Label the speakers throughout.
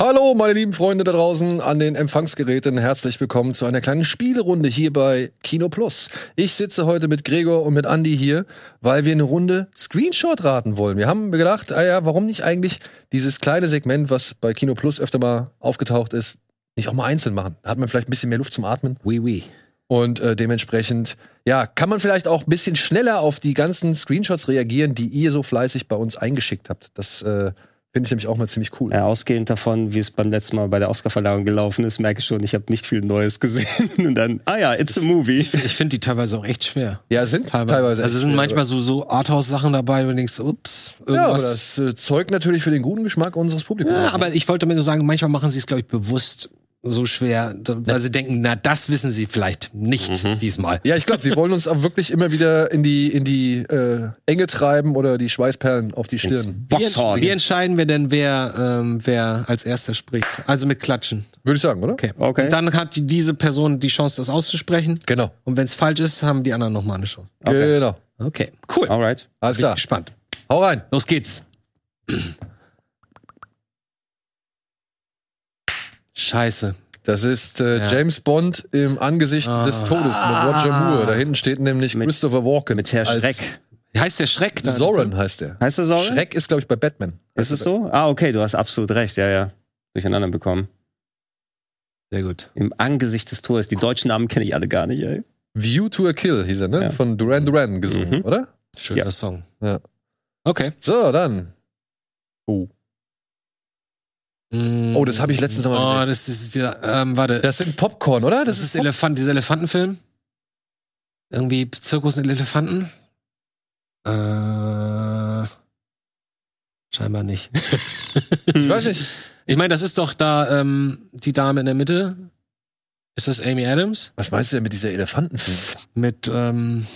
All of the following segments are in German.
Speaker 1: Hallo, meine lieben Freunde da draußen an den Empfangsgeräten. Herzlich willkommen zu einer kleinen Spielrunde hier bei Kino Plus. Ich sitze heute mit Gregor und mit Andy hier, weil wir eine Runde Screenshot raten wollen. Wir haben gedacht, ah ja, warum nicht eigentlich dieses kleine Segment, was bei Kino Plus öfter mal aufgetaucht ist, nicht auch mal einzeln machen? Da hat man vielleicht ein bisschen mehr Luft zum Atmen.
Speaker 2: Oui, oui.
Speaker 1: Und äh, dementsprechend, ja, kann man vielleicht auch ein bisschen schneller auf die ganzen Screenshots reagieren, die ihr so fleißig bei uns eingeschickt habt. Das äh, finde ich nämlich auch mal ziemlich cool.
Speaker 2: Äh, ausgehend davon, wie es beim letzten Mal bei der Oscarverleihung gelaufen ist, merke ich schon, ich habe nicht viel Neues gesehen. Und dann, ah ja, it's a movie.
Speaker 3: Ich finde die teilweise auch echt schwer.
Speaker 1: Ja, es sind teilweise.
Speaker 3: Teilweise. also es sind
Speaker 1: echt,
Speaker 3: manchmal so, so Arthouse-Sachen dabei, wo du denkst, ups,
Speaker 1: Ja, aber
Speaker 3: irgendwas.
Speaker 1: das äh, zeugt natürlich für den guten Geschmack unseres
Speaker 3: Ja,
Speaker 1: Publikums.
Speaker 3: aber, ich wollte damit nur sagen, manchmal machen sie es, glaube ich, bewusst so schwer, da- weil sie denken, na, das wissen sie vielleicht nicht
Speaker 1: Mhm.
Speaker 3: diesmal.
Speaker 1: Ja, ich glaube, sie wollen uns auch wirklich immer wieder in die, in die äh, Enge treiben oder die Schweißperlen auf die Stirn.
Speaker 3: Wie, ents-
Speaker 2: Boxhorn.
Speaker 3: wie entscheiden wir denn, wer, ähm, wer als erster spricht? Also mit Klatschen.
Speaker 1: Würde ich sagen, oder?
Speaker 3: Okay.
Speaker 2: Okay.
Speaker 3: Dann hat die, diese Person die Chance, das auszusprechen.
Speaker 1: Genau.
Speaker 3: Und wenn es falsch ist, haben die anderen nochmal eine Chance.
Speaker 2: Okay.
Speaker 1: Genau.
Speaker 3: Okay, cool.
Speaker 2: Alright.
Speaker 1: Alles
Speaker 3: Bin
Speaker 1: klar.
Speaker 3: gespannt.
Speaker 1: Hau rein.
Speaker 3: Los geht's. Scheiße.
Speaker 1: Das ist äh,
Speaker 3: Ja.
Speaker 1: James Bond im Angesicht
Speaker 3: Ah.
Speaker 1: des Todes mit Roger Moore. Da hinten steht nämlich
Speaker 2: Mit-
Speaker 1: Christopher
Speaker 3: genau.
Speaker 1: Walken.
Speaker 2: Mit Herr
Speaker 1: als
Speaker 2: Schreck.
Speaker 3: Heißt der Schreck? dann?
Speaker 1: Zoran heißt er.
Speaker 2: Heißt das so?
Speaker 1: Schreck ist, glaube ich, bei Batman.
Speaker 2: Ist es so? Ah, okay, du hast absolut recht. Ja, ja. Durcheinander bekommen.
Speaker 3: Sehr gut.
Speaker 2: Im Angesicht des Todes. Die deutschen Namen kenne ich alle gar nicht, ey.
Speaker 1: View to a Kill hieß er, ne?
Speaker 2: Ja.
Speaker 1: Von Duran Duran gesungen,
Speaker 2: Mhm.
Speaker 1: oder?
Speaker 3: Schöner
Speaker 2: Ja.
Speaker 3: Song.
Speaker 1: Ja.
Speaker 3: Okay.
Speaker 1: So, dann. Oh. Oh, das hab ich letztens auch mal
Speaker 3: Oh, das ist dieser, ähm, warte. Das,
Speaker 1: Das sind Popcorn, oder?
Speaker 3: ist
Speaker 1: Pop-
Speaker 3: Elefant, dieser Elefantenfilm. Irgendwie Zirkus und Elefanten. Äh, scheinbar nicht.
Speaker 1: Ich weiß nicht.
Speaker 3: Ich meine, das ist doch da ähm, die Dame in der Mitte. Ist das Amy Adams?
Speaker 1: Was meinst du denn mit dieser Elefantenfilm?
Speaker 3: Mit, ähm,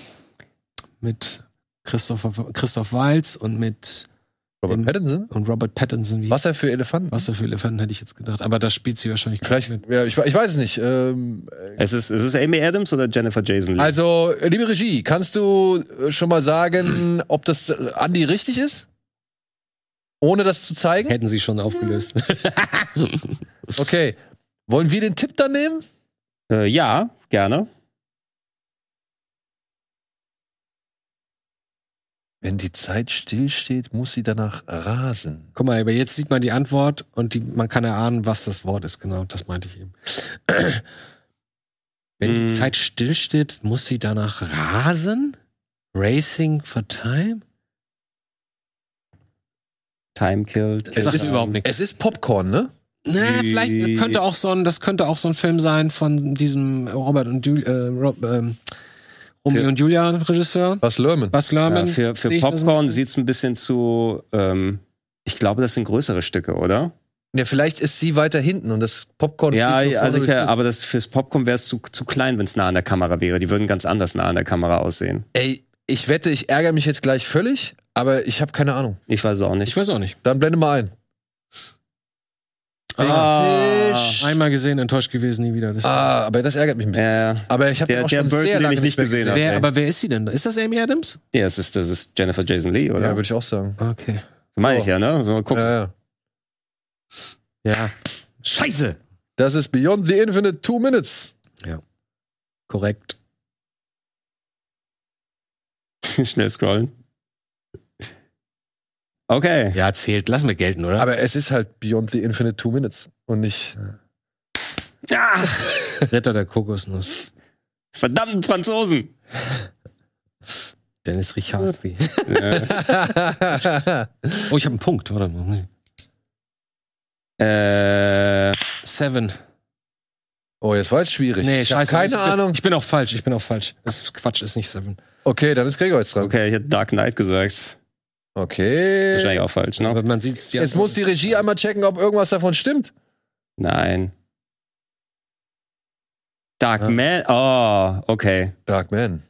Speaker 3: mit Christoph, Christoph Walz und mit
Speaker 1: Robert
Speaker 3: Dem-
Speaker 1: Pattinson?
Speaker 3: und Robert Pattinson. Wie
Speaker 1: Wasser für Elefanten?
Speaker 3: Was für Elefanten hätte ich jetzt gedacht. Aber da spielt sie wahrscheinlich
Speaker 1: Vielleicht,
Speaker 3: mit.
Speaker 1: ja, ich, we- ich weiß es nicht. Ähm, äh,
Speaker 2: Es ist, es ist Amy Adams oder Jennifer Jason Leigh?
Speaker 1: also, äh, liebe Regie, kannst du äh, schon mal sagen, ob das äh, Andi richtig ist? Ohne das zu zeigen?
Speaker 3: Hätten sie schon aufgelöst.
Speaker 1: Okay. Wollen wir den Tipp dann nehmen?
Speaker 3: Also
Speaker 2: äh, ja, gerne.
Speaker 1: Wenn die Zeit stillsteht, muss sie danach rasen.
Speaker 3: Guck mal, aber jetzt sieht man die Antwort und die, man kann erahnen, was das Wort ist. Genau, das meinte ich eben. Wenn die
Speaker 2: Mm.
Speaker 3: Zeit stillsteht, muss sie danach rasen? Racing for Time?
Speaker 2: Time Killed. Äh,
Speaker 3: Es Sagt ist- mir überhaupt nichts.
Speaker 1: Es ist Popcorn, ne?
Speaker 3: Na,
Speaker 2: Die-
Speaker 3: vielleicht könnte auch so ein, das könnte auch so ein Film sein von diesem Robert und Jul, äh, Rob, ähm, Romeo
Speaker 2: Für-
Speaker 3: und Julia Regisseur.
Speaker 1: Was Lerman.
Speaker 3: Bas
Speaker 2: ja,
Speaker 3: Lerman.
Speaker 2: äh, für
Speaker 3: sehe
Speaker 2: für
Speaker 3: ich das ein
Speaker 2: Popcorn
Speaker 3: bisschen?
Speaker 2: sieht es ein bisschen zu. Ähm, ich glaube, das sind größere Stücke, oder?
Speaker 1: Ja, vielleicht ist sie weiter hinten und das Popcorn.
Speaker 2: Ja,
Speaker 1: fliegt nur
Speaker 2: also
Speaker 1: vorne
Speaker 2: ich,
Speaker 1: durch.
Speaker 2: aber das fürs Popcorn wäre es zu, zu klein, wenn es nah an der Kamera wäre. Die würden ganz anders nah an der Kamera aussehen.
Speaker 1: Ey, ich wette, ich ärgere mich jetzt gleich völlig, aber ich habe keine Ahnung.
Speaker 2: Ich weiß auch
Speaker 3: Ich
Speaker 2: nicht.
Speaker 3: weiß auch nicht.
Speaker 1: Dann blende mal ein.
Speaker 2: Ah.
Speaker 1: Fisch.
Speaker 3: Einmal gesehen, enttäuscht gewesen, nie wieder. Das
Speaker 1: Ah, aber das ärgert mich ein bisschen.
Speaker 2: Äh,
Speaker 1: Aber ich habe
Speaker 2: Der-
Speaker 1: auch
Speaker 2: der
Speaker 1: schon
Speaker 2: Burton,
Speaker 1: sehr
Speaker 2: den
Speaker 1: lange
Speaker 2: ich nicht
Speaker 1: mehr
Speaker 2: gesehen hab.
Speaker 3: wer,
Speaker 2: okay.
Speaker 3: aber wer ist sie denn? Ist das Amy Adams?
Speaker 2: ja, es ist, das ist Jennifer Jason Lee,
Speaker 1: Ja,
Speaker 2: oder?
Speaker 1: würde ich auch sagen.
Speaker 3: Okay.
Speaker 2: Meine ich ja, ne? So, mal gucken.
Speaker 1: Ja, ja.
Speaker 3: Ja. Scheiße!
Speaker 1: Das ist Beyond the Infinite Two Minutes.
Speaker 3: Korrekt.
Speaker 2: Schnell scrollen. Okay.
Speaker 3: Ja, zählt. Lassen wir gelten, oder?
Speaker 1: Aber es ist halt Beyond the Infinite Two Minutes und nicht.
Speaker 2: Ah,
Speaker 3: Ritter der Kokosnuss.
Speaker 2: verdammten Franzosen!
Speaker 3: Dennis Richardi.
Speaker 2: Äh,
Speaker 3: Oh, ich habe einen Punkt. Warte mal.
Speaker 2: äh,
Speaker 3: Seven.
Speaker 1: oh, jetzt war es schwierig.
Speaker 3: Nee,
Speaker 1: ich hab
Speaker 3: scheiße.
Speaker 1: keine
Speaker 3: ich bin,
Speaker 1: Ahnung.
Speaker 3: Ich bin auch falsch, ich bin auch falsch. Das ist Quatsch, ist nicht Seven.
Speaker 1: Okay, dann ist Gregor jetzt dran.
Speaker 2: okay, ich hätte Dark Knight gesagt.
Speaker 1: Okay.
Speaker 2: Wahrscheinlich auch falsch, ne?
Speaker 3: Aber man sieht es
Speaker 1: Jetzt muss die Regie einmal checken, ob irgendwas davon stimmt.
Speaker 2: Nein. Dark
Speaker 3: Ja.
Speaker 2: Man. Oh, okay.
Speaker 1: Darkman.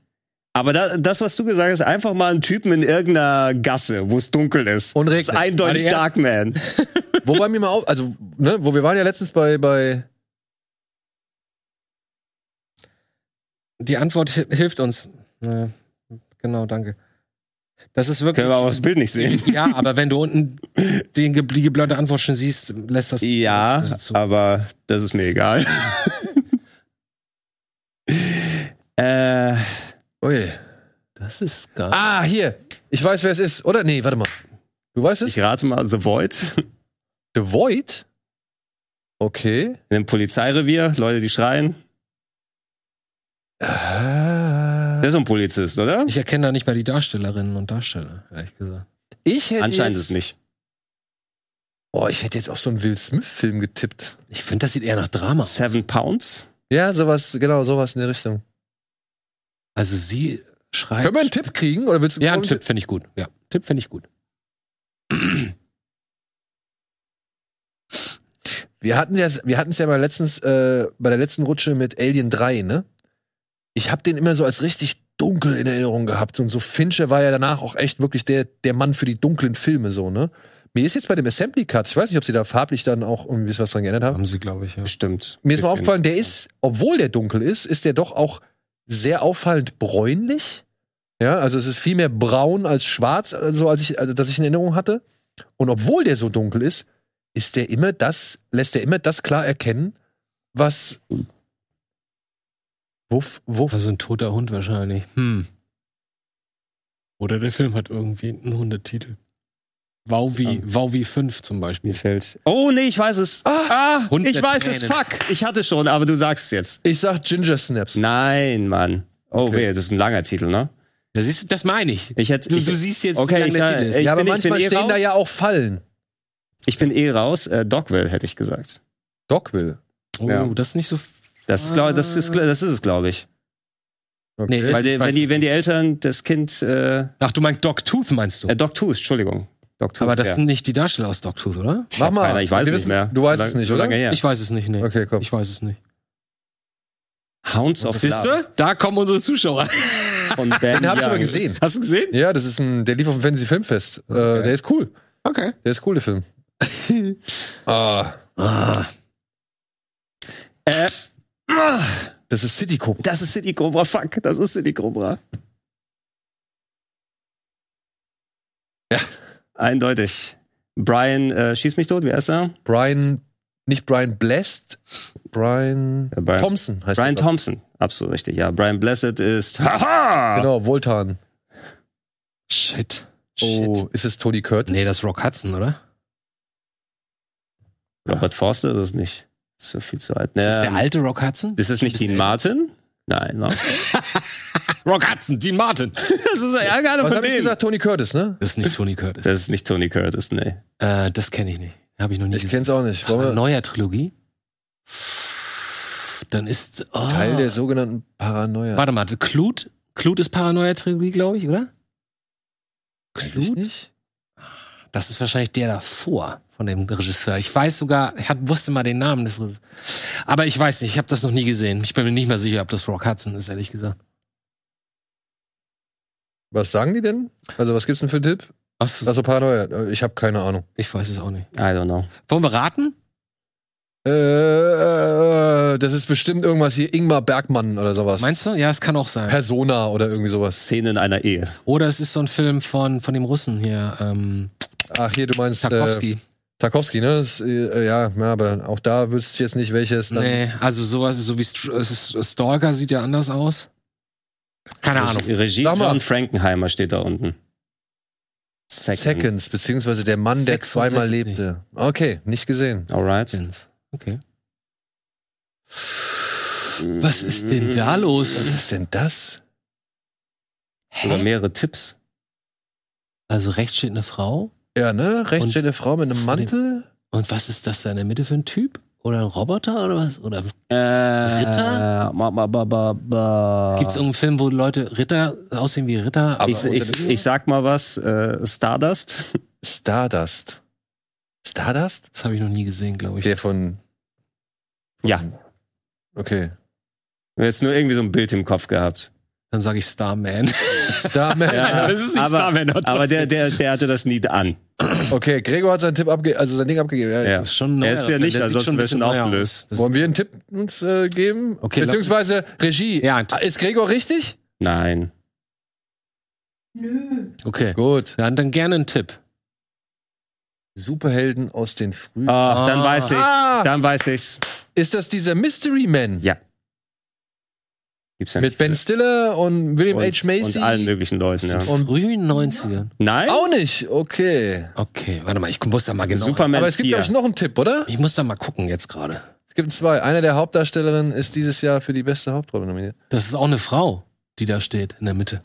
Speaker 2: Aber da, das, was du gesagt hast, einfach mal einen Typen in irgendeiner Gasse, wo es dunkel ist.
Speaker 1: Und
Speaker 2: das ist
Speaker 1: regnet.
Speaker 2: eindeutig
Speaker 3: War die
Speaker 2: Dark Man.
Speaker 1: Wobei mir mal auf, also, ne, wo wir waren ja letztens bei, bei,
Speaker 3: Die Antwort hi- hilft uns. Ja, genau, danke. Das ist wirklich.
Speaker 2: Können wir aber das Bild nicht sehen.
Speaker 3: Ja, aber wenn du unten den, ge- die gebläute Antwort schon siehst, lässt das.
Speaker 2: Ja,
Speaker 3: das zu.
Speaker 2: aber das ist mir egal. äh,
Speaker 1: Ui.
Speaker 4: Das ist gar
Speaker 1: Ah, hier. Ich weiß, wer es ist. Oder? Nee, warte mal. Du weißt es?
Speaker 2: ich rate mal The Void
Speaker 1: The Void? Okay.
Speaker 2: in einem Polizeirevier, Leute, die schreien.
Speaker 1: Ah.
Speaker 2: Der ist so ein Polizist, oder?
Speaker 3: Ich erkenne da nicht mal die Darstellerinnen und Darsteller, ehrlich gesagt.
Speaker 1: Ich hätte
Speaker 2: Anscheinend
Speaker 1: jetzt,
Speaker 2: ist es nicht.
Speaker 1: Oh, ich hätte jetzt auf so einen Will Smith-Film getippt.
Speaker 3: Ich finde, das sieht eher nach Drama. aus.
Speaker 2: Seven Pounds?
Speaker 1: Ja, sowas, genau, sowas in der Richtung.
Speaker 4: Also sie schreibt.
Speaker 1: Können wir einen Tipp kriegen? Oder willst du
Speaker 3: Ja, einen Tipp finde ich gut. Ja, Tipp finde ich gut.
Speaker 1: Wir hatten ja, wir hatten es ja mal letztens äh, bei der letzten Rutsche mit Alien 3, ne? Ich habe den immer so als richtig dunkel in Erinnerung gehabt und so Fincher war ja danach auch echt wirklich der der Mann für die dunklen Filme so, ne? Mir ist jetzt bei dem Assembly Cut, ich weiß nicht, ob sie da farblich dann auch irgendwie was dran geändert haben.
Speaker 3: Haben sie, glaube ich, ja.
Speaker 2: Stimmt.
Speaker 1: Mir ist mal
Speaker 2: Bisschen.
Speaker 1: aufgefallen, der ist, obwohl der dunkel ist, ist der doch auch sehr auffallend bräunlich. Ja, also es ist viel mehr braun als schwarz, also als ich, also, dass ich in Erinnerung hatte. Und obwohl der so dunkel ist, ist der immer das, lässt der immer das klar erkennen, was. Wuff, wuff.
Speaker 3: Also ein toter Hund wahrscheinlich. Hm. Oder der Film hat irgendwie einen Hundetitel. Wow wie,
Speaker 2: Ähm.
Speaker 3: wow wie 5 zum
Speaker 2: Mir
Speaker 3: Beispiel.
Speaker 2: fällt. Oh nee, ich weiß es. Ah,
Speaker 3: Hund
Speaker 2: ich
Speaker 3: der
Speaker 2: weiß es.
Speaker 3: Tränen.
Speaker 2: Fuck. Ich hatte schon, aber du sagst es jetzt.
Speaker 1: Ich sag Ginger Snaps.
Speaker 2: Nein, Mann. Oh
Speaker 1: Okay.
Speaker 2: weh, das ist ein langer Titel, ne?
Speaker 3: Das, ist, das meine ich.
Speaker 2: Ich hätte.
Speaker 3: Du,
Speaker 2: ich,
Speaker 3: du siehst jetzt,
Speaker 2: okay, ich,
Speaker 3: der Titel ist.
Speaker 2: ich,
Speaker 1: ja, aber
Speaker 2: bin, ich, bin
Speaker 1: manchmal
Speaker 2: eh
Speaker 1: stehen
Speaker 2: raus.
Speaker 1: da ja auch Fallen.
Speaker 2: ich bin eh raus. Äh, Dogville hätte ich gesagt.
Speaker 1: Dogville.
Speaker 3: Oh,
Speaker 2: ja.
Speaker 3: das ist nicht so. f-
Speaker 2: Das ist, glaub, das ist, das ist es, glaube ich.
Speaker 1: Okay.
Speaker 3: Nee,
Speaker 2: Weil die,
Speaker 3: ich weiß
Speaker 2: wenn, die,
Speaker 3: es
Speaker 2: wenn die Eltern das Kind. Äh,
Speaker 3: Ach, du meinst Dogtooth, meinst du?
Speaker 2: äh, Dogtooth, Entschuldigung. Dogtooth,
Speaker 3: aber das
Speaker 2: ja.
Speaker 3: sind nicht die Darsteller aus Dogtooth, oder?
Speaker 1: Mach mal.
Speaker 2: Keiner, ich
Speaker 1: Wir
Speaker 2: weiß es nicht
Speaker 1: wissen-
Speaker 2: mehr.
Speaker 1: Du weißt
Speaker 2: So
Speaker 1: es
Speaker 2: lang-
Speaker 1: nicht,
Speaker 2: so
Speaker 1: oder?
Speaker 2: Lange her.
Speaker 3: Ich weiß es nicht, nee.
Speaker 1: Okay, komm.
Speaker 3: Ich weiß es nicht.
Speaker 2: Hounds of
Speaker 3: Siehst
Speaker 2: Love
Speaker 3: du? Da kommen unsere Zuschauer.
Speaker 2: von Ben
Speaker 1: Den habe ich
Speaker 2: Young.
Speaker 1: aber gesehen.
Speaker 3: Hast du gesehen?
Speaker 1: Ja, das ist ein, der lief auf dem Fantasy Filmfest. Äh, der ist cool.
Speaker 3: Okay.
Speaker 1: Der ist cool, der Film. ah,
Speaker 3: Ah,
Speaker 2: Äh, ah,
Speaker 1: das ist City Cobra.
Speaker 2: das ist City Cobra. Fuck, das ist City Cobra.
Speaker 1: Ja.
Speaker 2: Eindeutig. Brian, äh, schieß mich tot, wer ist er?
Speaker 1: Brian, nicht Brian Blessed, Brian
Speaker 2: Ja, Brian-
Speaker 1: Thompson heißt
Speaker 2: Brian
Speaker 1: er.
Speaker 2: Thompson. Absolut richtig, ja. Brian Blessed ist. Haha!
Speaker 1: Genau, Voltan.
Speaker 2: Ah.
Speaker 3: shit.
Speaker 1: Oh, ist es Tony Curtin?
Speaker 3: Nee, das ist Rock Hudson, oder?
Speaker 2: Robert Forster ist es nicht. Ist so viel zu alt.
Speaker 3: Ist das
Speaker 2: Ähm,
Speaker 3: der alte Rock Hudson?
Speaker 2: Ist es nicht Dean Martin? Nein, ne? nein.
Speaker 3: Rock Hudson, Dean Martin.
Speaker 2: das ist ja gar
Speaker 1: Was habe ich gesagt? Tony Curtis, ne?
Speaker 3: Das ist nicht Tony Curtis.
Speaker 2: Das ist nicht Tony Curtis, nee.
Speaker 3: Äh, das kenne ich nicht. Habe ich noch nie
Speaker 1: Ich kenn's auch nicht. Wollen wir
Speaker 3: Neuer Trilogie? Dann ist. Oh.
Speaker 1: Teil der sogenannten Paranoia.
Speaker 3: Warte mal, Clute? Clute ist Paranoia-Trilogie, glaube ich, oder?
Speaker 1: Weiß ich
Speaker 3: Clute?
Speaker 1: nicht.
Speaker 3: Das ist wahrscheinlich der davor von dem Regisseur. Ich weiß sogar, ich hab, wusste mal den Namen. Des, Re- aber ich weiß nicht, ich habe das noch nie gesehen. Ich bin mir nicht mehr sicher, ob das Rock Hudson ist, ehrlich gesagt.
Speaker 1: Was sagen die denn? Also, was gibt's denn für einen Tipp?
Speaker 3: Achso,
Speaker 1: Also, Paranoia. Ich habe keine Ahnung.
Speaker 3: ich weiß es auch nicht.
Speaker 2: I don't know.
Speaker 3: Wollen wir raten?
Speaker 1: Äh, äh, das ist bestimmt irgendwas hier. Ingmar Bergmann oder sowas.
Speaker 3: Meinst du? Ja, es kann auch sein.
Speaker 1: Persona oder irgendwie sowas.
Speaker 2: Szene in einer Ehe.
Speaker 3: Oder es ist so ein Film von, von dem Russen hier, ähm,
Speaker 1: Ach, hier, du meinst. Äh,
Speaker 3: Tarkovsky.
Speaker 1: Tarkovsky, ne? Das, äh, ja, ja, aber auch da wüsste ich jetzt nicht, welches. Dann
Speaker 3: nee, also sowas, so wie Str- es ist- Stalker sieht ja anders aus. Keine Ahnung.
Speaker 2: Regie
Speaker 1: Sag mal.
Speaker 2: John Frankenheimer steht da unten. Second.
Speaker 1: Seconds, beziehungsweise der Mann, der
Speaker 3: 66.
Speaker 1: zweimal lebte. Okay, nicht gesehen.
Speaker 2: Alright.
Speaker 3: Okay. Was ist denn da los?
Speaker 1: Was ist denn das?
Speaker 2: Oder mehrere Tipps.
Speaker 3: Also rechts steht eine Frau.
Speaker 1: Ja, ne? Rechts
Speaker 3: Und-
Speaker 1: steht eine Frau mit einem
Speaker 3: von dem-
Speaker 1: Mantel.
Speaker 3: Und was ist das da in der Mitte für ein Typ? Oder ein Roboter oder was? Oder
Speaker 2: Äh,
Speaker 3: Ritter?
Speaker 2: Ba, ba, ba, ba, ba.
Speaker 3: gibt's irgendeinen Film, wo Leute Ritter aussehen wie Ritter?
Speaker 1: Aber
Speaker 2: ich,
Speaker 1: unter
Speaker 2: ich,
Speaker 1: dem-
Speaker 2: ich sag mal was, äh, Stardust.
Speaker 1: Stardust. Stardust?
Speaker 3: das habe ich noch nie gesehen, glaube ich.
Speaker 1: Der von. von
Speaker 2: Ja.
Speaker 1: Okay.
Speaker 2: Ich hab Jetzt nur irgendwie so ein Bild im Kopf gehabt.
Speaker 3: Dann sage ich Starman.
Speaker 1: Starman.
Speaker 2: Ja.
Speaker 3: das ist nicht
Speaker 2: aber-
Speaker 3: Starman.
Speaker 2: Aber der, der, der hatte das nie an.
Speaker 1: Okay, Gregor hat seinen Tipp abge also sein Ding abgegeben. Ja.
Speaker 2: Ja.
Speaker 3: Das ist schon ein
Speaker 2: Er
Speaker 3: neuer
Speaker 2: ist ja
Speaker 3: Film,
Speaker 2: nicht,
Speaker 3: der sieht
Speaker 2: ansonsten
Speaker 3: ein
Speaker 2: wäre schon
Speaker 3: bisschen neuer
Speaker 2: aufgelöst.
Speaker 3: aus. Das-
Speaker 1: Wollen wir einen Tipp uns äh, geben? Ah,
Speaker 3: Okay, lass
Speaker 1: Beziehungsweise Regie.
Speaker 3: Ja,
Speaker 1: Ah, Ist Gregor richtig?
Speaker 2: Nein.
Speaker 5: Nö.
Speaker 3: Okay.
Speaker 1: Gut.
Speaker 3: Dann, dann gerne einen Tipp.
Speaker 1: Superhelden aus den frühen.
Speaker 2: Ah, dann
Speaker 3: Ah.
Speaker 2: weiß ich.
Speaker 1: Ah,
Speaker 2: Dann weiß ich's.
Speaker 1: ist das dieser Mystery Man?
Speaker 2: Ja. Gibt's ja
Speaker 1: Mit
Speaker 2: nicht
Speaker 1: Ben
Speaker 2: viele.
Speaker 1: Stiller und William
Speaker 2: und,
Speaker 1: H. Macy?
Speaker 2: Und allen möglichen Leuten, ja.
Speaker 1: Und-
Speaker 3: Frühen 90ern.
Speaker 2: Nein?
Speaker 1: Auch nicht, okay.
Speaker 3: Okay, warte mal, ich muss da mal genau.
Speaker 2: Superman
Speaker 1: Aber es gibt,
Speaker 2: 4.
Speaker 1: glaube ich, noch einen Tipp, oder?
Speaker 3: Ich muss da mal gucken jetzt gerade.
Speaker 1: Es gibt zwei. Eine der Hauptdarstellerinnen ist dieses Jahr für die beste Hauptrolle nominiert.
Speaker 3: Das ist auch eine Frau, die da steht in der Mitte.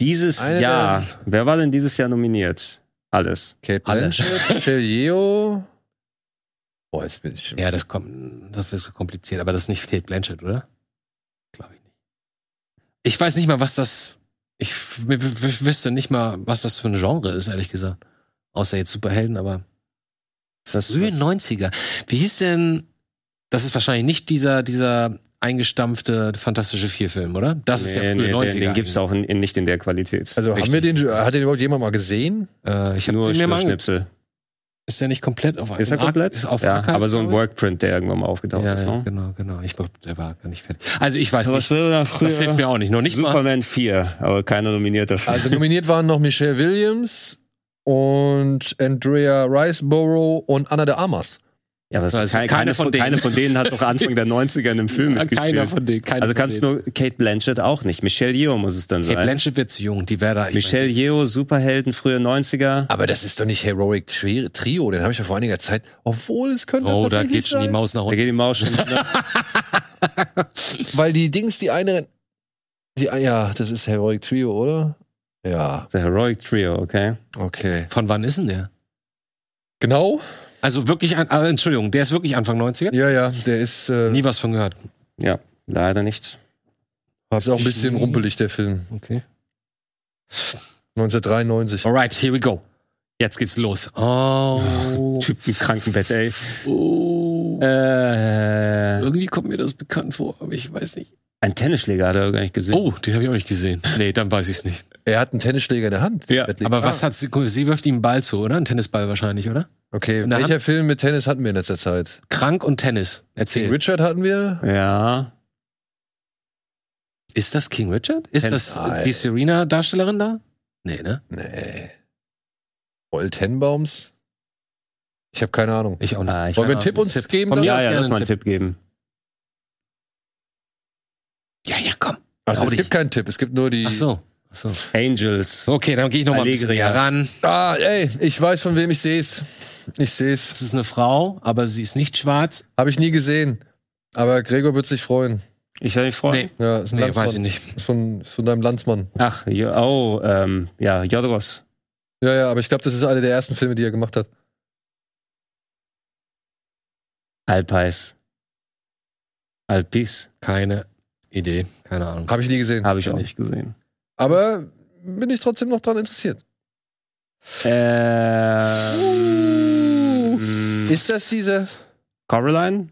Speaker 2: dieses
Speaker 1: Eine
Speaker 2: Jahr. Wer war denn dieses Jahr nominiert? Alles.
Speaker 1: Kate
Speaker 3: Alle.
Speaker 1: Blanchett, Michelle Yeoh. Boah, jetzt bin ich schon.
Speaker 3: Ja, das kommt, das ist kompliziert, aber das ist nicht Kate Blanchett, oder? Glaube ich nicht. Ich weiß nicht mal, was das. Ich w- w- w- wüsste nicht mal, was das für ein Genre ist, ehrlich gesagt. Außer jetzt Superhelden, aber.
Speaker 2: Das,
Speaker 3: Frühe
Speaker 2: das-
Speaker 3: 90er. Wie hieß denn. Das ist wahrscheinlich nicht dieser, dieser eingestampfte Fantastische Vier-Film, oder? Das ist ja
Speaker 2: Nee,
Speaker 3: frühe
Speaker 2: nee,
Speaker 3: 90er.
Speaker 2: Den, den gibt's auch in, in, nicht in der Qualität.
Speaker 1: Also haben wir
Speaker 3: Richtig.
Speaker 1: den, hat den überhaupt jemand mal gesehen?
Speaker 3: Äh, ich habe
Speaker 2: nur
Speaker 3: den mir mal ange-
Speaker 2: Schnipsel.
Speaker 3: Ist der nicht komplett auf
Speaker 2: Ist er
Speaker 3: Arc-
Speaker 2: komplett?
Speaker 3: Ist auf
Speaker 2: ja,
Speaker 3: Archive,
Speaker 2: aber so ein
Speaker 3: glaub ich?
Speaker 2: Workprint, der irgendwann mal aufgetaucht
Speaker 3: Ja,
Speaker 2: ist.
Speaker 3: ja,
Speaker 2: Ne?
Speaker 3: genau, genau. Ich glaube, der war gar nicht fertig. Also ich weiß
Speaker 2: Aber
Speaker 3: nicht.
Speaker 2: es wäre dann
Speaker 3: Das hilft mir auch nicht. Noch nicht mal.
Speaker 2: Superman 4, aber keiner nominiert dafür.
Speaker 1: Also nominiert waren noch Michelle Williams und Andrea Riceborough und Anna de Armas.
Speaker 2: ja, aber es-
Speaker 3: Also
Speaker 2: keine, keine, von denen. keine von denen hat doch Anfang der 90er in einem Film mitgespielt.
Speaker 3: Keiner von denen. Keiner
Speaker 2: also
Speaker 3: von
Speaker 2: kannst
Speaker 3: denen.
Speaker 2: du Kate Blanchett auch nicht. Michelle Yeoh muss es dann
Speaker 3: Hey,
Speaker 2: sein.
Speaker 3: Blanchett wird zu jung. Die wäre da. ich
Speaker 2: Michelle Yeoh, Superhelden, frühe 90er.
Speaker 1: Aber das ist doch nicht Heroic Tri Trio, den habe ich ja vor einiger Zeit. Obwohl, es könnte
Speaker 3: Mein, oh, da
Speaker 1: tatsächlich
Speaker 3: geht schon die
Speaker 1: sein.
Speaker 3: Maus nach
Speaker 2: Da
Speaker 3: unten.
Speaker 2: geht die Maus schon.
Speaker 1: Weil die Dings, die eine. Die, ja, das ist Heroic Trio, oder? Ja,
Speaker 2: The Heroic Trio, okay.
Speaker 1: okay.
Speaker 3: Von wann ist denn der?
Speaker 1: Genau?
Speaker 3: Also wirklich, an, also Entschuldigung, der ist wirklich Anfang 90er?
Speaker 1: Ja, ja, der ist, äh,
Speaker 3: Nie was von gehört.
Speaker 2: Ja, leider nicht.
Speaker 1: ist auch ein bisschen rumpelig, der Film.
Speaker 3: Okay.
Speaker 1: 1993.
Speaker 3: Alright, here we go. Jetzt geht's los. Oh.
Speaker 2: Typ im Krankenbett, ey.
Speaker 3: oh.
Speaker 2: Äh,
Speaker 3: Irgendwie kommt mir das bekannt vor, aber ich weiß nicht.
Speaker 2: ein Tennisschläger hat er gar nicht gesehen.
Speaker 3: Oh, den habe ich auch nicht gesehen. Nee, dann weiß ich es nicht.
Speaker 1: Er hat einen Tennisschläger in der Hand. Ah,
Speaker 2: Ja,
Speaker 3: Aber was hat sie, sie wirft ihm einen Ball zu, oder? Einen Tennisball wahrscheinlich, oder?
Speaker 1: Okay,
Speaker 3: in der
Speaker 1: welcher Film mit Tennis hatten wir in letzter Zeit?
Speaker 3: Krank und Tennis.
Speaker 1: King
Speaker 3: Erzähl.
Speaker 1: Richard hatten wir.
Speaker 2: Ja.
Speaker 3: Ist das King Richard? Ist
Speaker 2: Tennis.
Speaker 3: das äh, die Serena-Darstellerin da? Nee, ne?
Speaker 1: Nee. Paul Tenbaums? Ich habe keine Ahnung.
Speaker 3: Ich auch nicht.
Speaker 2: Ah, ich
Speaker 1: Wollen wir
Speaker 2: hab-
Speaker 1: einen Tipp uns geben?
Speaker 3: Von
Speaker 1: dann?
Speaker 3: mir
Speaker 2: Ja,
Speaker 3: aus
Speaker 2: ja,
Speaker 3: gerne
Speaker 2: lass mal einen
Speaker 3: einen
Speaker 2: Tipp geben.
Speaker 3: Ja, ja, komm.
Speaker 1: Ach,
Speaker 3: Trau
Speaker 1: es
Speaker 3: dich.
Speaker 1: gibt keinen Tipp, es gibt nur die.
Speaker 3: Ach so. Ach so.
Speaker 2: Angels.
Speaker 3: Okay, dann gehe ich noch mal ein bisschen
Speaker 2: Allegria.
Speaker 3: näher ran.
Speaker 1: Ah, ey, ich weiß, von wem ich sehe es. Ich sehe es.
Speaker 3: Es ist eine Frau, aber sie ist nicht schwarz.
Speaker 1: Habe ich nie gesehen. Aber Gregor wird sich freuen.
Speaker 2: Ich werde mich freuen.
Speaker 3: Nee,
Speaker 1: Ja, ist ein
Speaker 3: nee
Speaker 1: Landsmann.
Speaker 3: weiß ich nicht.
Speaker 1: Ist von, ist von deinem Landsmann.
Speaker 2: Ach, jo, oh, ähm, ja, Jodros.
Speaker 1: Ja, ja, aber ich glaube, das ist einer der ersten Filme, die er gemacht hat.
Speaker 2: Alpeis. Alpis.
Speaker 3: Keine Idee. Keine Ahnung.
Speaker 1: Habe ich nie gesehen.
Speaker 2: Habe ich auch nicht gesehen.
Speaker 1: Aber bin ich trotzdem noch dran interessiert.
Speaker 2: Ähm,
Speaker 1: Ist das diese
Speaker 2: Coraline?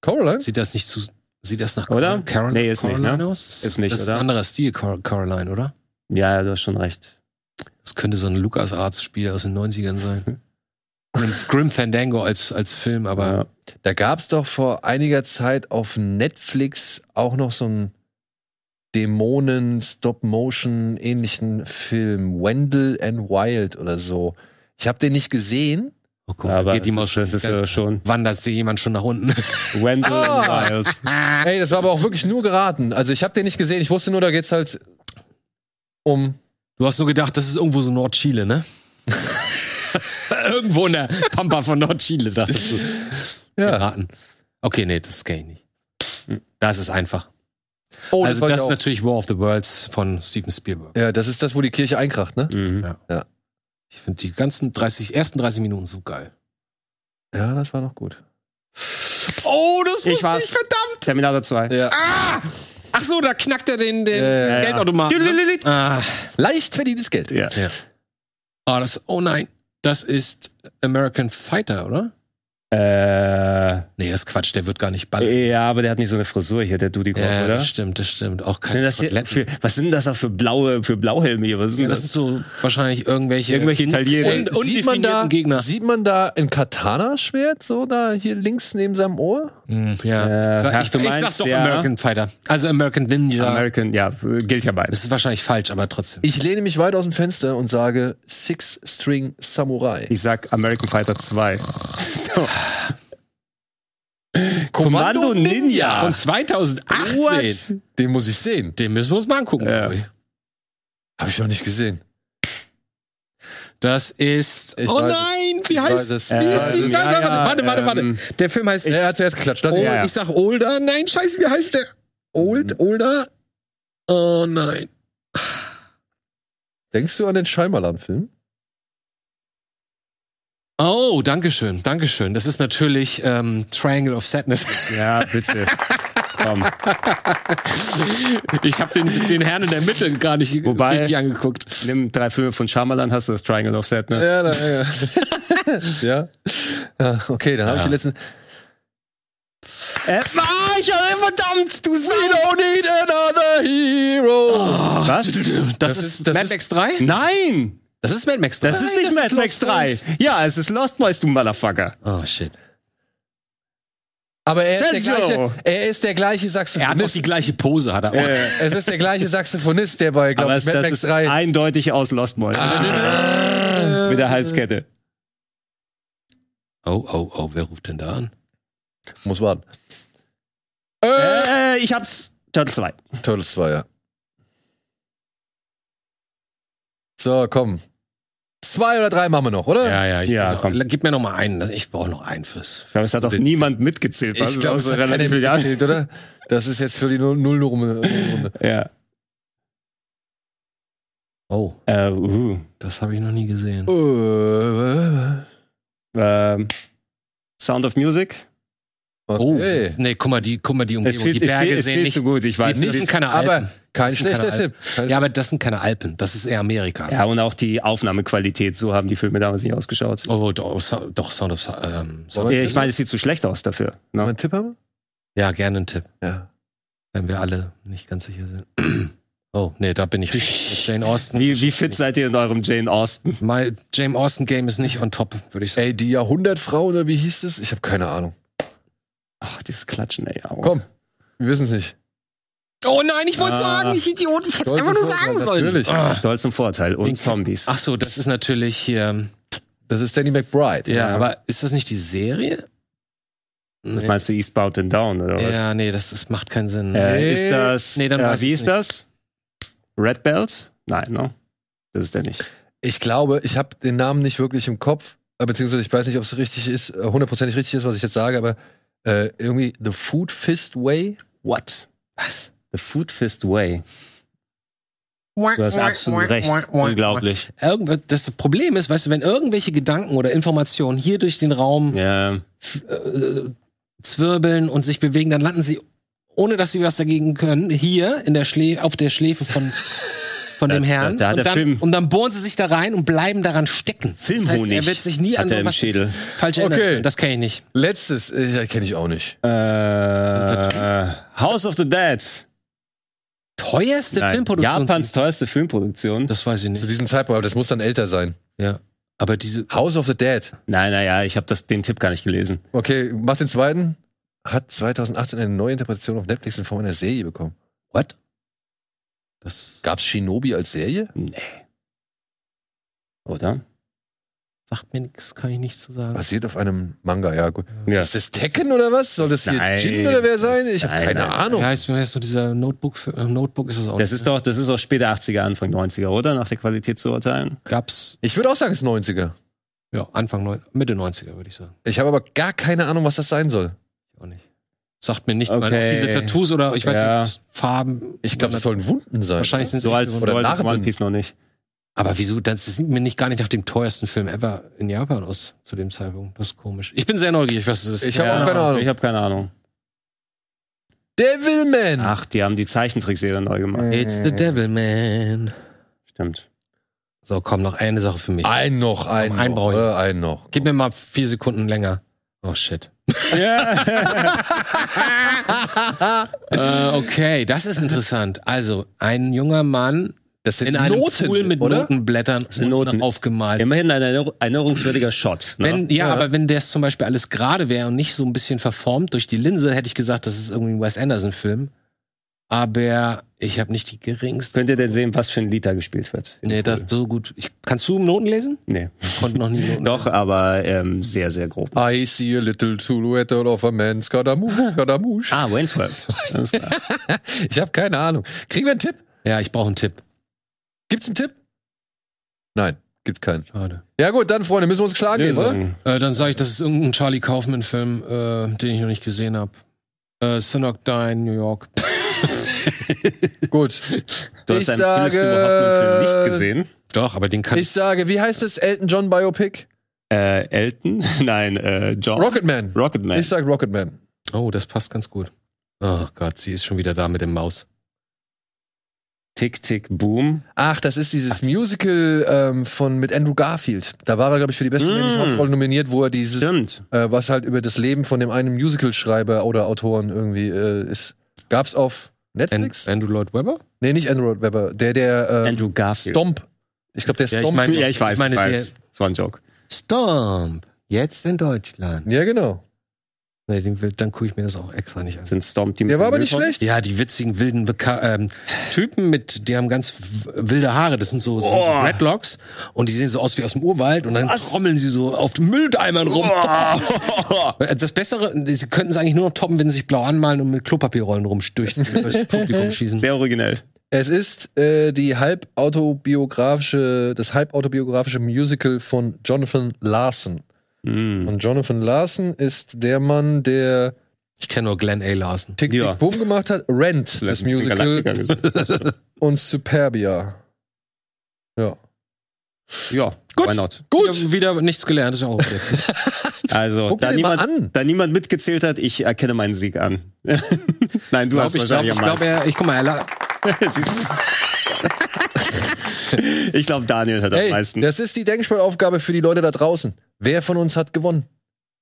Speaker 1: Coraline?
Speaker 3: Sieht das nicht zu. Sieht das nach
Speaker 2: Oder?
Speaker 3: Carol
Speaker 2: Nee, ist nicht,
Speaker 3: Caroline
Speaker 2: ne?
Speaker 3: aus?
Speaker 2: Ist nicht,
Speaker 3: das ist
Speaker 2: oder?
Speaker 3: ein anderer Stil, Cor Caroline, oder?
Speaker 2: Ja, ja, du hast schon recht.
Speaker 3: Das könnte so ein Lucas Arts Spiel aus den 90ern sein. Grim, Grim Fandango als, als Film, aber
Speaker 2: Ja.
Speaker 1: Da gab es doch vor einiger Zeit auf Netflix auch noch so einen Dämonen-Stop-Motion-ähnlichen Film. Wendell and Wild oder so. Ich habe den nicht gesehen.
Speaker 3: oh, guck,
Speaker 2: aber
Speaker 3: da geht die Maus
Speaker 2: das,
Speaker 3: schon.
Speaker 2: das ist ja schon.
Speaker 3: wandert sie jemand schon nach unten.
Speaker 2: Wendell
Speaker 1: Ah!
Speaker 2: and Wild.
Speaker 1: Ey, das war aber auch wirklich nur geraten. Also ich habe den nicht gesehen. Ich wusste nur, da geht's halt um.
Speaker 3: Du hast nur gedacht, das ist irgendwo so Nordchile, ne? irgendwo in der Pampa von Nordchile, dachtest du.
Speaker 1: Ja.
Speaker 3: Piraten. Okay, nee, das kenne ich nicht. Das ist einfach.
Speaker 1: Oh,
Speaker 3: also
Speaker 1: war ich
Speaker 3: das ist
Speaker 1: auch.
Speaker 3: natürlich War of the Worlds von Steven Spielberg.
Speaker 1: ja, das ist das, wo die Kirche einkracht, ne?
Speaker 2: Mhm.
Speaker 3: Ich finde die ganzen 30, ersten 30 Minuten so geil.
Speaker 1: Ja, das war noch gut.
Speaker 3: Oh, das
Speaker 2: Ich war's. Terminator 2.
Speaker 1: Ja.
Speaker 3: Ah. Ach so, da knackt er den, den
Speaker 1: Ja, ja,
Speaker 2: ja.
Speaker 3: Geldautomaten. ne? Ah.
Speaker 1: Leicht verdientes Geld.
Speaker 2: Ja.
Speaker 3: Ah, das, oh nein, das ist American Fighter, oder?
Speaker 2: Äh,
Speaker 3: Nee, das ist Quatsch, der wird gar nicht ballern.
Speaker 2: ja, aber der hat nicht so eine Frisur hier, der Dudikoff,
Speaker 3: ja,
Speaker 2: oder?
Speaker 3: das stimmt, das stimmt. Auch
Speaker 2: Was
Speaker 3: kein
Speaker 2: sind, das hier
Speaker 3: Koteletten.
Speaker 2: für, was sind das auch für blaue, für Blauhelme hier? Was sind
Speaker 3: Ja, das
Speaker 2: das?
Speaker 3: sind so wahrscheinlich irgendwelche.
Speaker 2: Irgendwelche Italiener.
Speaker 3: Und, und
Speaker 1: sieht, man da,
Speaker 3: Gegner.
Speaker 1: sieht man da ein Katana-Schwert, so da hier links neben seinem Ohr?
Speaker 3: Mm, ja.
Speaker 2: Äh, ach,
Speaker 3: ich,
Speaker 2: du
Speaker 3: ich
Speaker 2: meinst,
Speaker 3: sag's doch
Speaker 2: ja.
Speaker 3: American Fighter. Also American Ninja.
Speaker 2: American, ja, äh, gilt ja beides.
Speaker 3: das ist wahrscheinlich falsch, aber trotzdem.
Speaker 1: Ich lehne mich weit aus dem Fenster und sage Six String Samurai.
Speaker 2: Ich sag American Fighter 2. So.
Speaker 1: Kommando Ninja.
Speaker 3: Von 2018.
Speaker 2: What?
Speaker 1: Den muss ich sehen.
Speaker 3: Den müssen wir uns mal angucken.
Speaker 2: Ja.
Speaker 3: glaub ich.
Speaker 1: Habe ich noch nicht gesehen.
Speaker 3: Das ist.
Speaker 1: Ich
Speaker 3: oh
Speaker 1: weiß es.
Speaker 3: nein! Wie
Speaker 1: Ich
Speaker 3: heißt
Speaker 1: weiß es.
Speaker 3: Wie ist die?
Speaker 2: Ähm,
Speaker 3: Sag-
Speaker 2: ja, ja,
Speaker 3: warte, warte, warte.
Speaker 2: ähm,
Speaker 3: Der Film heißt.
Speaker 1: er hat zuerst geklatscht. Das
Speaker 3: Old,
Speaker 2: ja, Mhm. ja.
Speaker 3: Ich sag Older. Nein, scheiße, wie heißt der? Old, Older. Oh nein.
Speaker 1: Denkst du an den Scheimerlan-Film?
Speaker 3: Oh, Dankeschön, Dankeschön. Das ist natürlich ähm, Triangle of Sadness.
Speaker 2: Ja, bitte. Komm.
Speaker 3: Ich habe den, den Herrn in der Mitte gar nicht
Speaker 2: Wobei-
Speaker 3: richtig angeguckt.
Speaker 2: Nimm drei Filme von Shyamalan, hast du das Triangle of Sadness.
Speaker 1: Ja, da, ja. ja. ja. Okay, dann habe ich
Speaker 3: Ja.
Speaker 1: den letzten.
Speaker 2: Äh, ah, ich, äh, verdammt, du
Speaker 1: We
Speaker 2: Sau!
Speaker 1: don't need another hero.
Speaker 2: Was?
Speaker 3: Oh, Das,
Speaker 1: Das
Speaker 3: ist,
Speaker 1: ist- das
Speaker 3: Mad
Speaker 1: ist-
Speaker 3: Max 3?
Speaker 2: Nein!
Speaker 3: Das ist Mad Max 3.
Speaker 2: Das ist nicht Mad Max 3. Ja, es ist Lost Boys, du Motherfucker.
Speaker 3: Oh shit.
Speaker 1: Aber er ist, der
Speaker 2: Sergio.
Speaker 1: gleiche, er ist der gleiche
Speaker 3: Er hat noch
Speaker 1: Saxophonist.
Speaker 3: die gleiche Pose, hat er auch.
Speaker 2: Äh,
Speaker 1: Es ist der gleiche Saxophonist, der bei,
Speaker 2: aber
Speaker 1: glaube ich,
Speaker 2: es,
Speaker 1: Mad
Speaker 2: das
Speaker 1: Max
Speaker 2: ist
Speaker 1: 3.
Speaker 2: eindeutig aus Lost Boys.
Speaker 3: Ah.
Speaker 2: Mit der Halskette.
Speaker 3: Oh, oh, oh, wer ruft denn da an?
Speaker 1: Muss warten. Äh,
Speaker 2: Äh, ich hab's. Turtle 2.
Speaker 1: Turtles 2, ja. So, komm. Zwei oder drei machen wir noch, oder?
Speaker 3: Ja, ja, ich
Speaker 2: Ja,
Speaker 3: muss auch-
Speaker 2: komm.
Speaker 3: Gib mir noch mal einen. Ich brauche noch einen fürs.
Speaker 2: Ich glaube, es hat auch
Speaker 3: Den-
Speaker 2: niemand mitgezählt. was?
Speaker 1: Ich
Speaker 2: Es
Speaker 1: glaube,
Speaker 2: ist
Speaker 1: es
Speaker 2: auch
Speaker 1: hat relativ
Speaker 2: viel-
Speaker 1: viel
Speaker 2: ja.
Speaker 1: gezählt, oder? Das ist jetzt für die Null- Null Runde. Runde.
Speaker 2: Ja.
Speaker 3: Oh,
Speaker 2: Äh, uh,
Speaker 3: das habe ich noch nie gesehen.
Speaker 1: Äh,
Speaker 2: ähm, Sound of Music.
Speaker 3: Oh,
Speaker 1: Okay.
Speaker 3: das- nee, guck mal, die, guck mal, die
Speaker 2: Es
Speaker 3: Umgebung.
Speaker 2: fehlt,
Speaker 3: die
Speaker 2: es fehlt,
Speaker 3: Berge
Speaker 2: es
Speaker 3: sehen
Speaker 2: fehlt
Speaker 3: nicht.
Speaker 2: zu gut, ich
Speaker 3: die,
Speaker 2: weiß.
Speaker 3: das sind keine Alpen.
Speaker 1: Aber kein
Speaker 3: Das sind
Speaker 1: schlechter
Speaker 3: keine
Speaker 1: Tipp. Kein
Speaker 3: ja, aber das sind keine Alpen. Das ist eher Amerika.
Speaker 2: ja, und auch die Aufnahmequalität, so haben die Filme damals nicht ausgeschaut.
Speaker 3: Oh, doch, Sa- doch, Sound of Sa- ähm, Sound.
Speaker 1: Wollen
Speaker 2: Äh,
Speaker 1: wir-
Speaker 2: ich meine, es sieht zu schlecht aus dafür.
Speaker 1: Wollen wir
Speaker 2: Ne?
Speaker 1: einen Tipp haben?
Speaker 3: Ja, gerne einen Tipp,
Speaker 1: Ja.
Speaker 3: wenn wir alle nicht ganz sicher sind. Oh, nee, da bin ich mit Jane Austen.
Speaker 2: Wie, wie fit seid ihr in eurem Jane Austen?
Speaker 3: My Jane Austen Game ist nicht on top, würde ich sagen.
Speaker 1: Ey, die Jahrhundertfrau oder wie hieß es? Ich habe keine Ahnung.
Speaker 2: Ach, dieses Klatschen, ey. au.
Speaker 1: Komm, wir wissen es nicht.
Speaker 3: Oh nein, ich wollte
Speaker 2: Ah.
Speaker 3: sagen, ich Idiot, ich hätte es
Speaker 1: Stolz
Speaker 3: einfach nur
Speaker 1: und
Speaker 3: sagen
Speaker 1: Vorteil,
Speaker 3: sollen.
Speaker 1: natürlich.
Speaker 3: Ah.
Speaker 2: Stolz und Vorteil und
Speaker 3: Wink.
Speaker 2: Zombies.
Speaker 3: Ach so, das ist natürlich hier.
Speaker 1: Das ist Danny McBride.
Speaker 3: Ja,
Speaker 2: Ja.
Speaker 3: aber ist das nicht die Serie?
Speaker 2: Was
Speaker 3: Nee.
Speaker 2: meinst du Eastbound and Down oder was?
Speaker 3: Ja, nee, das, das macht keinen Sinn.
Speaker 2: Äh, ist das.
Speaker 3: Nee, dann
Speaker 2: äh,
Speaker 3: weiß
Speaker 2: wie
Speaker 3: ich's
Speaker 2: ist das? Red Belt? Nein, ne? Das ist der nicht.
Speaker 1: Ich glaube, ich habe den Namen nicht wirklich im Kopf, äh, beziehungsweise ich weiß nicht, ob es richtig ist, äh, hundertprozentig richtig ist, was ich jetzt sage, aber äh, irgendwie The Food Fist Way.
Speaker 2: What?
Speaker 3: Was?
Speaker 2: The Food Fist Way. Du hast absolut recht. Unglaublich.
Speaker 3: Irgendwas, das Problem ist, weißt du, wenn irgendwelche Gedanken oder Informationen hier durch den Raum
Speaker 2: Ja.
Speaker 3: f- äh, zwirbeln und sich bewegen, dann landen sie, ohne dass sie was dagegen können, hier in der Schlä auf der Schläfe von, von
Speaker 2: Da-
Speaker 3: dem Herrn.
Speaker 2: da- da hat der
Speaker 3: und, dann,
Speaker 2: Film-
Speaker 3: und dann bohren sie sich da rein und bleiben daran stecken. Das heißt,
Speaker 2: Filmhonig
Speaker 3: er wird sich nie
Speaker 2: hat
Speaker 3: an
Speaker 2: er im
Speaker 3: was
Speaker 2: Schädel.
Speaker 3: falsch erinnern.
Speaker 1: Okay.
Speaker 3: können. Das kenne ich nicht.
Speaker 1: Letztes, äh, kenne ich auch nicht.
Speaker 2: Äh, House of the Dead.
Speaker 3: Teuerste
Speaker 2: Nein,
Speaker 3: Filmproduktion.
Speaker 2: Japans teuerste Filmproduktion.
Speaker 3: Das weiß ich
Speaker 1: Zu
Speaker 3: nicht.
Speaker 1: diesem Zeitpunkt, aber das muss dann älter sein.
Speaker 3: Ja. Aber diese.
Speaker 1: House of the Dead.
Speaker 2: Nein, naja, ich habe den Tipp gar nicht gelesen.
Speaker 1: Okay, mach den zweiten. Hat 2018 eine neue Interpretation auf Netflix in Form einer Serie bekommen.
Speaker 3: What? Das
Speaker 1: Gab's Shinobi als Serie?
Speaker 2: Nee. Oder?
Speaker 3: sagt mir nichts, kann ich nichts zu sagen.
Speaker 1: Basiert auf einem Manga, ja gut.
Speaker 2: Ja.
Speaker 1: Ist das Tekken oder was? Soll das hier
Speaker 2: Nein,
Speaker 1: Jin oder wer sein?
Speaker 2: das-
Speaker 1: Ich habe
Speaker 2: nein,
Speaker 1: keine
Speaker 2: nein, nein.
Speaker 1: Ahnung.
Speaker 3: Wie heißt, wie heißt so dieser Notebook? Für, äh, Notebook ist das auch.
Speaker 2: Das
Speaker 3: nicht,
Speaker 2: ist
Speaker 3: ne?
Speaker 2: doch, das ist doch später 80er, Anfang 90er, oder? Nach der Qualität zu urteilen.
Speaker 3: Gab's
Speaker 1: Ich würde auch sagen, es ist 90er.
Speaker 3: ja Anfang neun, Mitte 90er würde ich sagen.
Speaker 1: Ich habe aber gar keine Ahnung, was das sein soll.
Speaker 3: Auch nicht. Sagt mir nicht.
Speaker 2: Okay.
Speaker 3: Weil auch diese Tattoos oder ich weiß
Speaker 2: Ja.
Speaker 3: nicht Farben.
Speaker 1: Ich glaube, das sollen Wunden sein.
Speaker 3: wahrscheinlich sind sie
Speaker 2: So
Speaker 3: echt
Speaker 2: als
Speaker 3: geworden.
Speaker 1: Oder
Speaker 2: so als
Speaker 1: Narben.
Speaker 2: One Piece noch nicht.
Speaker 3: Aber wieso? Das sieht mir nicht gar nicht nach dem teuersten Film ever in Japan aus zu dem Zeitpunkt. Das ist komisch. Ich bin sehr neugierig, was es ist.
Speaker 1: Ich hab auch keine Ahnung.
Speaker 2: Ich habe keine Ahnung.
Speaker 1: Devilman!
Speaker 2: Ach, die haben die Zeichentrickserie neu gemacht.
Speaker 3: It's the Devil Man.
Speaker 2: Stimmt.
Speaker 3: So, komm noch eine Sache für mich.
Speaker 1: Ein noch, ein
Speaker 3: Komm, einen
Speaker 1: noch.
Speaker 3: brauche ich.
Speaker 1: oder? Ein noch.
Speaker 3: Gib mir mal vier Sekunden länger. Oh shit.
Speaker 2: Ja.
Speaker 3: Äh, okay, das ist interessant. Also, ein junger Mann
Speaker 1: Das sind
Speaker 3: in einem
Speaker 1: Noten,
Speaker 3: Pool mit
Speaker 1: oder?
Speaker 3: Notenblättern
Speaker 2: sind
Speaker 3: unten
Speaker 2: Noten.
Speaker 3: aufgemalt.
Speaker 2: Immerhin ein erinner- erinnerungswürdiger Shot. Ne?
Speaker 3: Wenn, ja,
Speaker 1: Ja.
Speaker 3: aber wenn das zum Beispiel alles gerade wäre und nicht so ein bisschen verformt durch die Linse, hätte ich gesagt, das ist irgendwie ein Wes Anderson-Film. Aber ich habe nicht die geringste.
Speaker 2: Könnt ihr denn sehen, was für ein Lied da gespielt wird? in
Speaker 3: Nee,
Speaker 2: dem
Speaker 3: das
Speaker 2: Pool?
Speaker 3: so gut. Ich, kannst du Noten lesen?
Speaker 2: nee.
Speaker 3: Ich konnte noch nie Noten
Speaker 2: Doch,
Speaker 3: lesen.
Speaker 2: aber ähm, sehr, sehr grob.
Speaker 1: I see a little silhouette of a man, Scaramouche, Scaramouche.
Speaker 2: Ah, Wayne's World. Alles klar.
Speaker 1: Ich habe keine Ahnung. Kriegen wir einen Tipp?
Speaker 3: Ja, ich brauche einen Tipp.
Speaker 1: Gibt's einen Tipp? Nein, gibt keinen.
Speaker 3: Schade.
Speaker 1: Ja gut, dann Freunde, müssen wir uns schlagen geben, oder?
Speaker 2: Lösung.
Speaker 3: Äh, dann sage ich, das ist irgendein Charlie Kaufman-Film, äh, den ich noch nicht gesehen habe. Äh, Synocdyne, New York.
Speaker 1: Gut.
Speaker 2: Du
Speaker 1: Ich
Speaker 2: hast einen
Speaker 1: sage-
Speaker 2: Philips Seymour Hoffmann-Film nicht gesehen.
Speaker 3: Doch, aber den kann
Speaker 1: Ich sage, wie heißt es? Elton John Biopic?
Speaker 2: Äh, Elton? Nein, äh, John.
Speaker 1: Rocketman.
Speaker 2: Rocketman.
Speaker 1: Ich sag Rocketman.
Speaker 3: Oh, das passt ganz gut. Oh Gott, sie ist schon wieder da mit dem Maus.
Speaker 2: Tick, Tick, Boom.
Speaker 1: Ach, das ist dieses Musical ähm, von mit Andrew Garfield. Da war er, glaube ich, für die beste
Speaker 2: Mm.
Speaker 1: männliche Hauptrolle nominiert, wo er dieses, äh,
Speaker 2: Stimmt.
Speaker 1: was halt über das Leben von dem einen Musical-Schreiber oder Autoren irgendwie äh, ist. Gab's auf
Speaker 3: And,
Speaker 1: Netflix?
Speaker 3: Andrew Lloyd Webber?
Speaker 1: nee, nicht Andrew Webber. Der, der äh,
Speaker 2: Andrew Garfield.
Speaker 1: Stomp. Ich glaube, der
Speaker 3: Ja, ich
Speaker 1: Stomp. Ja,
Speaker 3: meine-
Speaker 2: Ja, ich weiß,
Speaker 3: Ich
Speaker 2: ich
Speaker 3: meine,
Speaker 2: weiß. Das war ein Joke.
Speaker 3: Stomp. Jetzt in Deutschland.
Speaker 1: genau.
Speaker 3: Nee, den will, dann gucke ich mir das auch extra nicht an.
Speaker 2: Sind Storm Team.
Speaker 1: Der war aber nicht schlecht.
Speaker 3: Ja, die witzigen wilden Beka ähm, Typen mit, die haben ganz w- wilde Haare. Das sind so, sind so
Speaker 2: Boah.
Speaker 3: Redlocks und die sehen so aus wie aus dem Urwald und dann trommeln sie so auf den Mülleimern rum. Äh, Das Bessere, sie könnten es eigentlich nur noch toppen, wenn sie sich blau anmalen und mit Klopapierrollen rumstürzen und durchs Publikum schießen.
Speaker 2: Sehr originell.
Speaker 1: Es ist äh, die halb autobiografische, das halb autobiografische Musical von Jonathan Larson.
Speaker 2: Mm.
Speaker 1: Und Jonathan Larson ist der Mann, der
Speaker 3: ich kenne nur Glenn A. Larson.
Speaker 1: Tick
Speaker 2: Ja.
Speaker 1: Tick Boom gemacht hat, Rent, das Musical und Superbia. Ja.
Speaker 2: ja,
Speaker 3: Gut.
Speaker 2: Gut. why not?
Speaker 3: Gut. Wieder, wieder nichts gelernt, ist auch okay.
Speaker 2: Also,
Speaker 1: Guck dir
Speaker 2: da
Speaker 1: den mal
Speaker 2: niemand,
Speaker 1: an.
Speaker 2: da niemand mitgezählt hat, ich erkenne meinen Sieg an. Nein, du hast
Speaker 3: ich glaube,
Speaker 2: wahrscheinlich
Speaker 3: ich glaube,
Speaker 2: am
Speaker 3: er, ich guck mal, er, la-
Speaker 2: meisten. Siehst du? ich glaube, Daniel hat am
Speaker 1: Hey,
Speaker 2: meisten.
Speaker 1: das ist die Denkspielaufgabe für die Leute da draußen. Wer von uns hat gewonnen?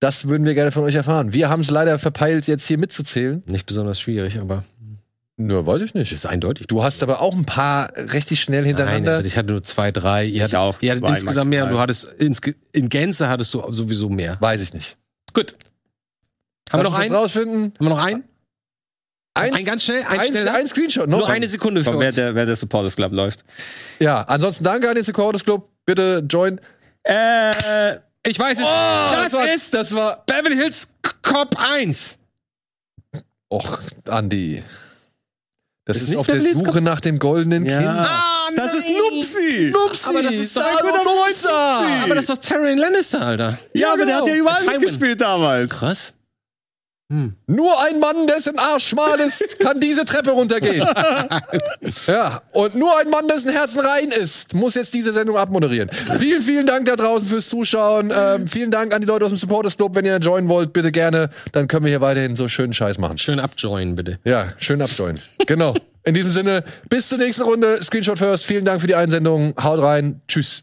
Speaker 1: Das würden wir gerne von euch erfahren. Wir haben es leider verpeilt, jetzt hier mitzuzählen.
Speaker 3: nicht besonders schwierig, aber
Speaker 1: Nö, weiß ich
Speaker 3: das
Speaker 1: nicht.
Speaker 3: ist eindeutig.
Speaker 1: Du hast aber auch ein paar richtig schnell hintereinander.
Speaker 3: Nein, ich hatte nur zwei, drei. Ihr hattet,
Speaker 2: auch
Speaker 3: Ihr hattet
Speaker 2: zwei
Speaker 3: insgesamt mehr und
Speaker 2: maximal.
Speaker 3: du hattest insge- in Gänze hattest du sowieso mehr.
Speaker 1: weiß ich nicht.
Speaker 3: Gut. Haben
Speaker 1: Lass
Speaker 3: wir noch
Speaker 1: uns
Speaker 3: einen?
Speaker 1: das rausfinden.
Speaker 3: Haben wir noch einen?
Speaker 1: Eins,
Speaker 3: ein ganz schnell, ein
Speaker 1: ein,
Speaker 3: schneller.
Speaker 1: ein Screenshot. Noch
Speaker 3: nur
Speaker 1: ein.
Speaker 3: eine Sekunde für
Speaker 2: Komm, wer,
Speaker 3: uns.
Speaker 2: der, wer der Supporters Club läuft.
Speaker 1: Ja, ansonsten danke an den Securities Club. Bitte join.
Speaker 2: Äh,
Speaker 3: Ich weiß es.
Speaker 2: Oh,
Speaker 3: das
Speaker 1: war,
Speaker 3: ist
Speaker 1: das war.
Speaker 3: Beverly Hills Cop 1.
Speaker 1: Och, Andy. Das
Speaker 3: Ist
Speaker 1: ist,
Speaker 3: nicht
Speaker 1: auf der
Speaker 3: Berlins
Speaker 1: Suche nach dem goldenen
Speaker 2: Ja.
Speaker 1: Kind.
Speaker 2: Ah, das ist Nupsi!
Speaker 1: Nupsi,
Speaker 3: Ah, Aber das ist doch
Speaker 1: sein
Speaker 3: ein guter
Speaker 1: Nupsa.
Speaker 2: Nupsi.
Speaker 3: Aber das ist doch Tyrion Lannister, Alter. genau.
Speaker 2: Ja, aber der hat ja überall
Speaker 3: Tywin.
Speaker 2: mitgespielt damals.
Speaker 3: Krass. Hm.
Speaker 1: Nur ein Mann, dessen Arsch schmal ist, kann diese Treppe runtergehen. ja, und nur ein Mann, dessen Herzen rein ist, muss jetzt diese Sendung abmoderieren. Vielen, vielen Dank da draußen fürs Zuschauen. Ähm, vielen Dank an die Leute aus dem Supporters Club. Wenn ihr joinen wollt, bitte gerne. Dann können wir hier weiterhin so schönen Scheiß machen.
Speaker 3: Schön abjoinen, bitte.
Speaker 1: Ja, schön abjoinen. genau. In diesem Sinne, bis zur nächsten Runde. Screenshot first. Vielen Dank für die Einsendung. Haut rein. Tschüss.